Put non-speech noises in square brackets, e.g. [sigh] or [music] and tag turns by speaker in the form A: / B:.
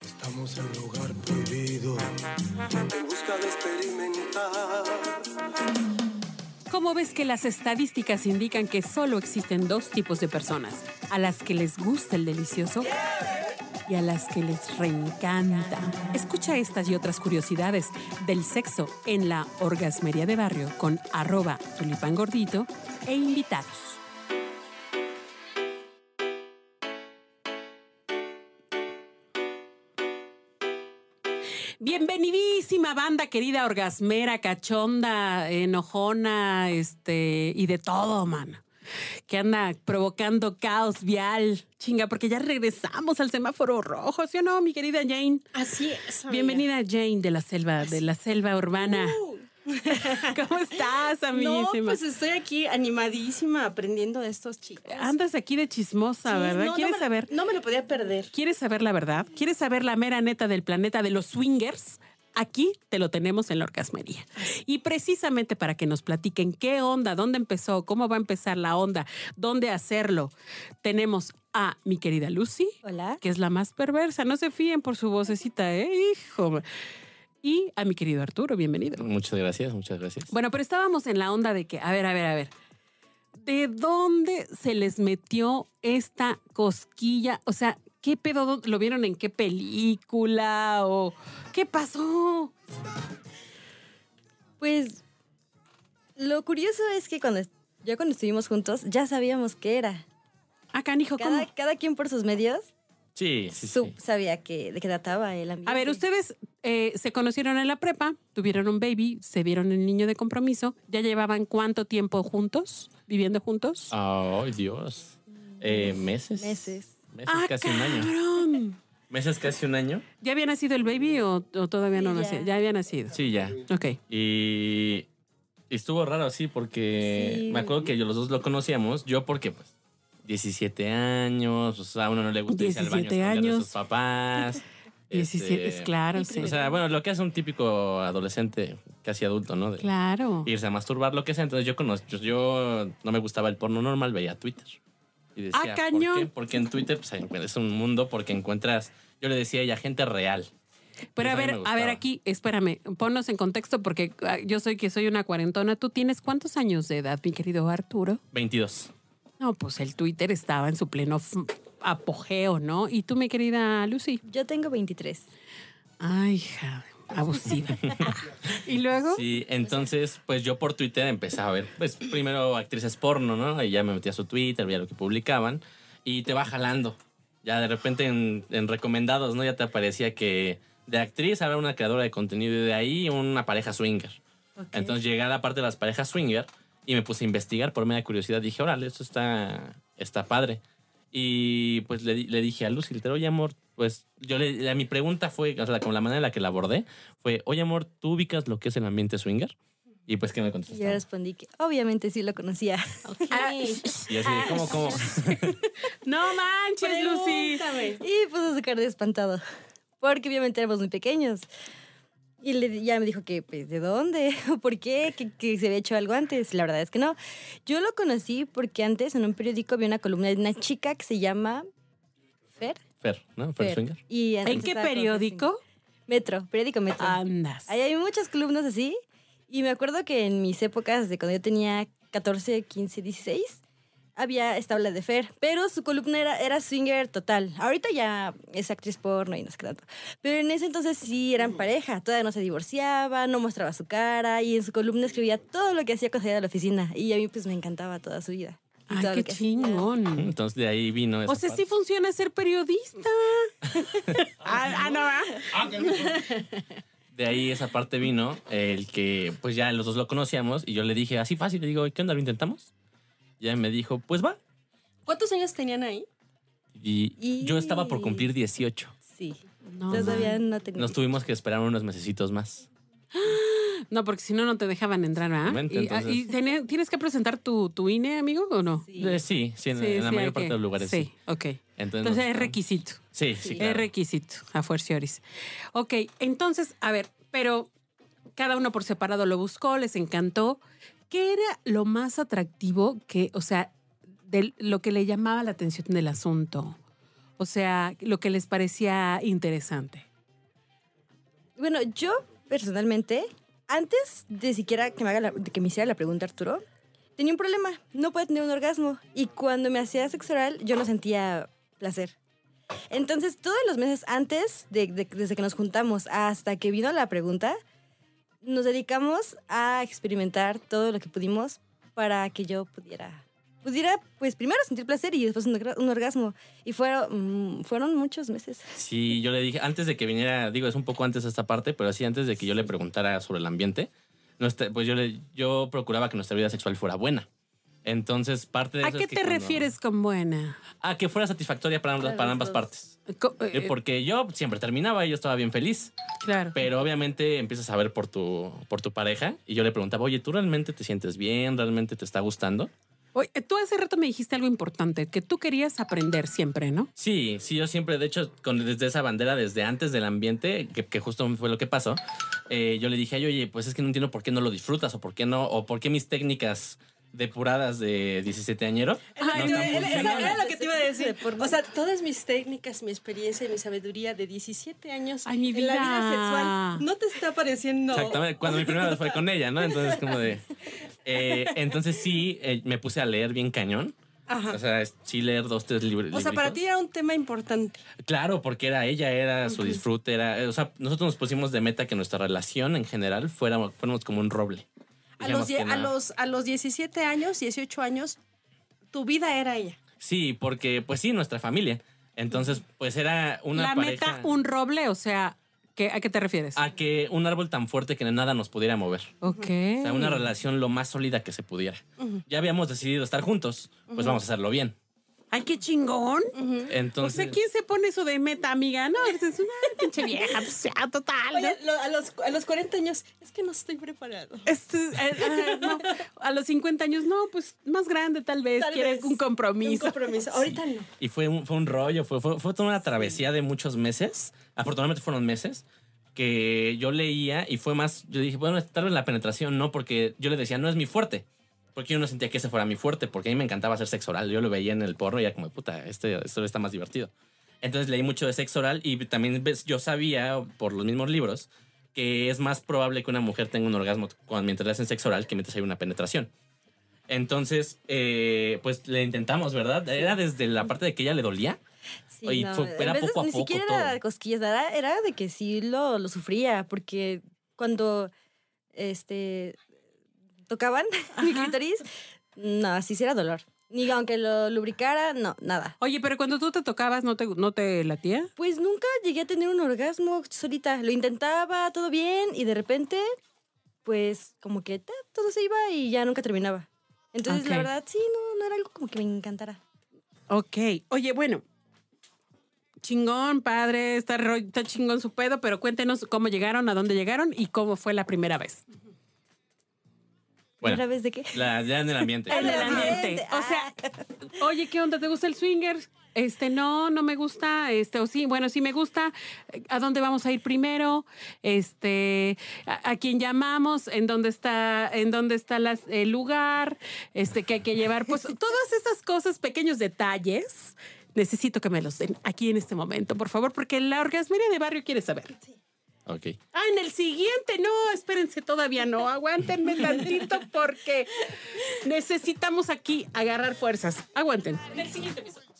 A: Estamos en lugar prohibido, en busca de experimentar.
B: ¿Cómo ves que las estadísticas indican que solo existen dos tipos de personas? A las que les gusta el delicioso y a las que les reencanta. Escucha estas y otras curiosidades del sexo en la Orgasmería de Barrio con arroba tulipangordito e invitados. Bienvenidísima banda querida orgasmera, cachonda, enojona, este, y de todo, man. Que anda provocando caos vial. Chinga, porque ya regresamos al semáforo rojo, ¿sí o no, mi querida Jane?
C: Así es. amiga.
B: Bienvenida Jane de la selva, de la selva urbana.
C: Uh.
B: [laughs] ¿Cómo estás, amiguísima?
C: [laughs] No, pues estoy aquí animadísima aprendiendo de estos chicos.
B: Andas aquí de chismosa, Ah, ¿verdad?
C: Sí, no, no
B: ¿Quieres
C: me-
B: saber?
C: No me lo podía perder.
B: ¿Quieres saber la verdad? ¿Quieres saber la mera neta del planeta de los swingers? Aquí te lo tenemos en la orgasmería. Y precisamente para que nos platiquen qué onda, dónde empezó, cómo va a empezar la onda, dónde hacerlo, tenemos a mi querida Lucy,
D: Hola.
B: que es la más perversa. No se fíen por su vocecita, ¿eh? Hijo. Y a mi querido Arturo, bienvenido.
E: Muchas gracias, muchas gracias.
B: Bueno, pero estábamos en la onda de que, a ver, a ver, a ver. ¿De dónde se les metió esta cosquilla? O sea, ¿qué pedo? ¿Dó- ¿Lo vieron en qué película? ¿O qué pasó?
D: Pues lo curioso es que cuando est- ya cuando estuvimos juntos ya sabíamos qué era.
B: Ah, canijo, ¿cómo?
D: Cada, cada quien por sus medios
E: sí, sí,
D: su-
E: sí.
D: sabía que, de qué trataba el ambiente.
B: A ver, ustedes eh, se conocieron en la prepa, tuvieron un baby, se vieron el niño de compromiso. ¿Ya llevaban cuánto tiempo juntos, viviendo juntos?
E: Ay, Dios. Eh, ¿Meses?
D: Meses.
E: Meses, casi un año.
B: Mm, Ah, cabrón!
E: ¿Meses casi un año?
B: ¿Ya había nacido el baby o, o todavía no
D: Sí, ya.
B: nacía? Ya. había nacido.
E: Sí, ya.
B: Ok.
E: Y, y estuvo raro así porque
D: Sí.
E: me acuerdo que yo- los dos lo conocíamos. Yo porque, pues, 17 años, o sea, a uno no le gusta irse al baño a
B: 17
E: esconderle a
B: años. [laughs]
E: sus papás.
B: 17, es
E: este,
B: claro, sí.
E: O sea, bueno, lo que hace un típico adolescente, casi adulto, ¿no? De
B: Claro.
E: irse a masturbar, lo que sea. Entonces yo conozco, yo, yo no me gustaba el porno normal, veía Twitter. Y decía,
B: Ah,
E: ¿por
B: cañón.
E: qué? Porque en Twitter pues, es un mundo porque encuentras, yo le decía a ella, gente real.
B: Pero a
E: Eso a mí
B: ver,
E: me
B: a ver
E: gustaba.
B: aquí, espérame, ponnos en contexto porque ah, yo soy que soy una cuarentona. ¿Tú tienes cuántos años de edad, mi querido Arturo?
E: 22.
B: No, pues el Twitter estaba en su pleno f- apogeo, ¿no? Y tú, mi querida Lucy.
D: Yo tengo 23.
B: Ay, hija,
D: [laughs]
B: abusiva. ¿Y luego?
E: Sí, entonces pues yo por Twitter empezaba a ver, pues primero actrices porno, ¿no? Y ya me metía a su Twitter, veía lo que publicaban y te va jalando. Ya de repente en, en recomendados, ¿no? Ya te aparecía que de actriz habrá una creadora de contenido y de ahí una pareja swinger. Entonces llegué a la parte de las parejas swinger y me puse a investigar por media curiosidad. Dije, órale, esto está, está padre. Y pues le, di- le dije a Lucy, literal, oye amor, pues yo le, la- mi pregunta fue, o sea, como la manera en la que la abordé, fue, oye amor, ¿tú ubicas lo que es el ambiente swinger? Y pues que me
D: Y yo
E: contestaste.
D: respondí que obviamente sí lo conocía.
B: Ah,
E: Y así, de, ¿cómo, cómo?
B: [laughs] no manches, Lucy.
C: Pregúntame.
D: [laughs] Y puso su cara de espantado. Porque obviamente éramos muy pequeños. Y le, di- ya me dijo que, pues, ¿de dónde? [laughs] ¿Por qué? ¿Que, que se había hecho algo antes? La verdad es que no. Yo lo conocí porque antes en un periódico había una columna de una chica que se llama Fer.
E: Fer, ¿no? Fer, swinger.
D: Y
B: ¿En
D: entonces
B: qué
D: estaba con
B: periódico Ah,
D: Fer. Metro, periódico Metro.
B: andas?
D: Ahí hay muchas columnas así. Y me acuerdo que en mis épocas de cuando yo tenía 14, 15, 16, había esta habla de Fer. Pero su columna era, era swinger total. Ahorita ya es actriz porno y no sé qué tanto. Pero en ese entonces sí
B: Mm.
D: eran pareja. Todavía no se divorciaba, no mostraba su cara. Y en su columna escribía todo lo que hacía cuando salía de la oficina. Y a mí pues me encantaba toda su vida. y todo
B: Ay,
D: lo
B: qué
D: que hacía.
B: chingón.
E: [laughs] Entonces de ahí vino esa
B: O sea,
E: parte.
B: sí funciona ser
E: [laughs]
B: periodista. ah, ah, no, ¿verdad?
E: De ahí esa parte vino el que pues ya los dos lo conocíamos y yo le dije así fácil, le digo, ¿qué onda? ¿Lo intentamos? Y ella me dijo, pues va.
C: ¿Cuántos años tenían ahí?
E: Y,
D: Y-
E: yo estaba por cumplir 18.
D: Sí.
B: No,
D: Entonces, todavía no tenía.
E: Nos tuvimos que esperar unos mesecitos más.
B: No, porque si no, no te dejaban entrar, ¿verdad?
E: Exactamente,
B: Y, ah,
E: entonces-
B: y tené- tienes que presentar tu, tu INE, amigo, o no?
D: Sí.
E: Eh, Sí, sí, en, en la
B: sí,
E: mayor
B: hay
E: parte
B: que-
E: de los lugares. Sí.
B: Sí, ok.
E: Entonces,
B: Entonces
E: nos-
B: es requisito.
E: Sí, sí,
B: Es
E: claro.
B: requisito, a fuercioris. Ok, entonces, a ver, pero cada uno por separado lo buscó, les encantó. ¿Qué era lo más atractivo que, o sea, de lo que le llamaba la atención del asunto? O sea, lo que les parecía interesante.
D: Bueno, yo personalmente, antes de siquiera que me, haga la- de que me hiciera la pregunta Arturo, tenía un problema. No podía tener un orgasmo. Y cuando me hacía sexo oral, yo no sentía placer. Entonces, todos los meses antes, de- de- desde que nos juntamos hasta que vino la pregunta, nos dedicamos a experimentar todo lo que pudimos para que yo pudiera, pudiera pues primero sentir placer y después un, orga- un orgasmo. Y fueron, mm, fueron muchos meses.
E: Sí, yo le dije, antes de que viniera, digo, es un poco antes esta parte, pero así antes de que yo le preguntara sobre el ambiente, nuestra- pues yo, le, yo procuraba que nuestra vida sexual fuera buena. Entonces, parte de
B: ¿A
E: eso
B: qué
E: es que
B: te
E: cuando-
B: refieres con buena?
E: A que fuera satisfactoria para, ambas-
D: Para
E: para
D: los
E: ambas
D: dos.
E: partes.
B: Co-
E: Eh,
B: eh,
E: Porque yo siempre terminaba y yo estaba bien feliz.
B: claro.
E: Pero obviamente empiezas a ver por tu, por tu pareja y yo le preguntaba, oye, ¿tú realmente te sientes bien? ¿Realmente te está gustando?
B: Oye, tú hace rato me dijiste algo importante, que tú querías aprender siempre, ¿no?
E: Sí, sí, yo siempre, de hecho, con, desde esa bandera, desde antes del ambiente, que, que justo fue lo que pasó, eh, yo le dije, "Ay, oye, pues es que no entiendo por qué no lo disfrutas o por qué no, o por qué mis técnicas depuradas de 17 añero. no
C: Era-
E: están
C: era-
E: funcionando".
C: era lo que te iba a decir.
D: Por-
C: O sea, todas mis técnicas, mi experiencia y mi sabiduría de 17 años
B: Ay, mi
C: en la vida
B: vida.
C: sexual no te está pareciendo.
E: Exactamente, cuando mi primera vez fue con ella, ¿no? Entonces, como de. eh, entonces, sí, eh, me puse a leer bien cañón.
C: Ajá.
E: O sea, es- sí, leer dos, tres libros.
C: O sea, para ti era un tema importante.
E: Claro, porque era ella, era su disfrute, era. eh, O sea, nosotros nos pusimos de meta que nuestra relación en general fuéramos, fuéramos como un roble.
C: A
E: Dijimos
C: los, die-
E: que
C: a,
E: no.
C: los, a los 17 años, 18 años, tu vida era ella.
E: Sí, porque, pues sí, nuestra familia. Entonces, pues era una
B: la
E: pareja Ah,
B: meta, un roble, o sea, ¿qué- ¿a qué te refieres?
E: a que un árbol tan fuerte que nada nos pudiera mover.
B: ok.
E: O sea, una
C: Mm.
E: relación lo más sólida que se pudiera. Ya habíamos decidido estar juntos, pues vamos a hacerlo bien.
B: Ay, qué chingón. O
E: Entonces,
B: sea, ¿quién se pone eso de meta, amiga? No, eres una pinche vieja, pues ya, total. ¿no?
C: Oye, lo- a, los, a los 40 años, es que no estoy preparado.
B: Este, eh, ah, no, a los 50 años, no, pues más grande tal vez,
C: Tal
B: quiere
C: vez.
B: un compromiso.
C: Un compromiso. Ahorita no.
E: y fue un, fue un rollo, fue, fue, fue toda una travesía de muchos meses. Afortunadamente fueron meses que yo leía y fue más, yo dije, bueno, tal vez la penetración no, porque yo le decía, no es mi fuerte. Porque yo no sentía que ese fuera mi fuerte, porque a mí me encantaba hacer sexo oral. Yo lo veía en el porno y era como, puta, este, esto está más divertido. Entonces leí mucho de sexo oral y también ves, yo sabía por los mismos libros que es más probable que una mujer tenga un orgasmo cuando, mientras le hacen sexo oral que mientras hay una penetración. Entonces, eh, pues le intentamos, ¿verdad? Era desde la parte de que ella le dolía.
D: Sí,
E: Oye, fue-
D: a
E: era
D: veces
E: poco a
D: ni
E: poco
D: siquiera
E: todo.
D: era cosquillas, era, era de que sí lo, lo sufría, porque cuando este tocaban [laughs] mi clítoris, no, así sí era dolor. Ni aunque lo lubricara, no, nada.
B: Oye, pero cuando tú te tocabas, ¿no te, no te latía?
D: Pues nunca llegué a tener un orgasmo solita. Lo intentaba, todo bien, y de repente, pues como que ta, todo se iba y ya nunca terminaba. Entonces, la
B: Ok.
D: verdad, sí, no, no era algo como que me encantara.
B: Ok. Oye, bueno. Chingón, padre, está, ro- está chingón su pedo, pero cuéntenos cómo llegaron, a dónde llegaron y cómo fue la primera vez.
E: Bueno,
D: ¿Primera vez de qué?
E: la- ya en el ambiente.
B: [laughs] En el
D: [laughs]
B: ambiente.
D: ambiente.
B: O sea, oye, ¿qué onda? ¿Te gusta el swinger? Este, no, no me gusta. Este, o sí, bueno, sí me gusta. ¿A dónde vamos a ir primero? Este, ¿a, a quién llamamos? ¿En dónde está, en dónde está las- el lugar? Este, que hay que llevar. [laughs] Pues todas esas cosas, pequeños detalles. Necesito que me los den aquí en este momento, por favor, porque la orgasmería de barrio quiere saber.
E: Ok.
B: Ah, en el siguiente, no, espérense, todavía no, aguántenme tantito porque necesitamos aquí agarrar fuerzas. Aguanten. En el siguiente episodio.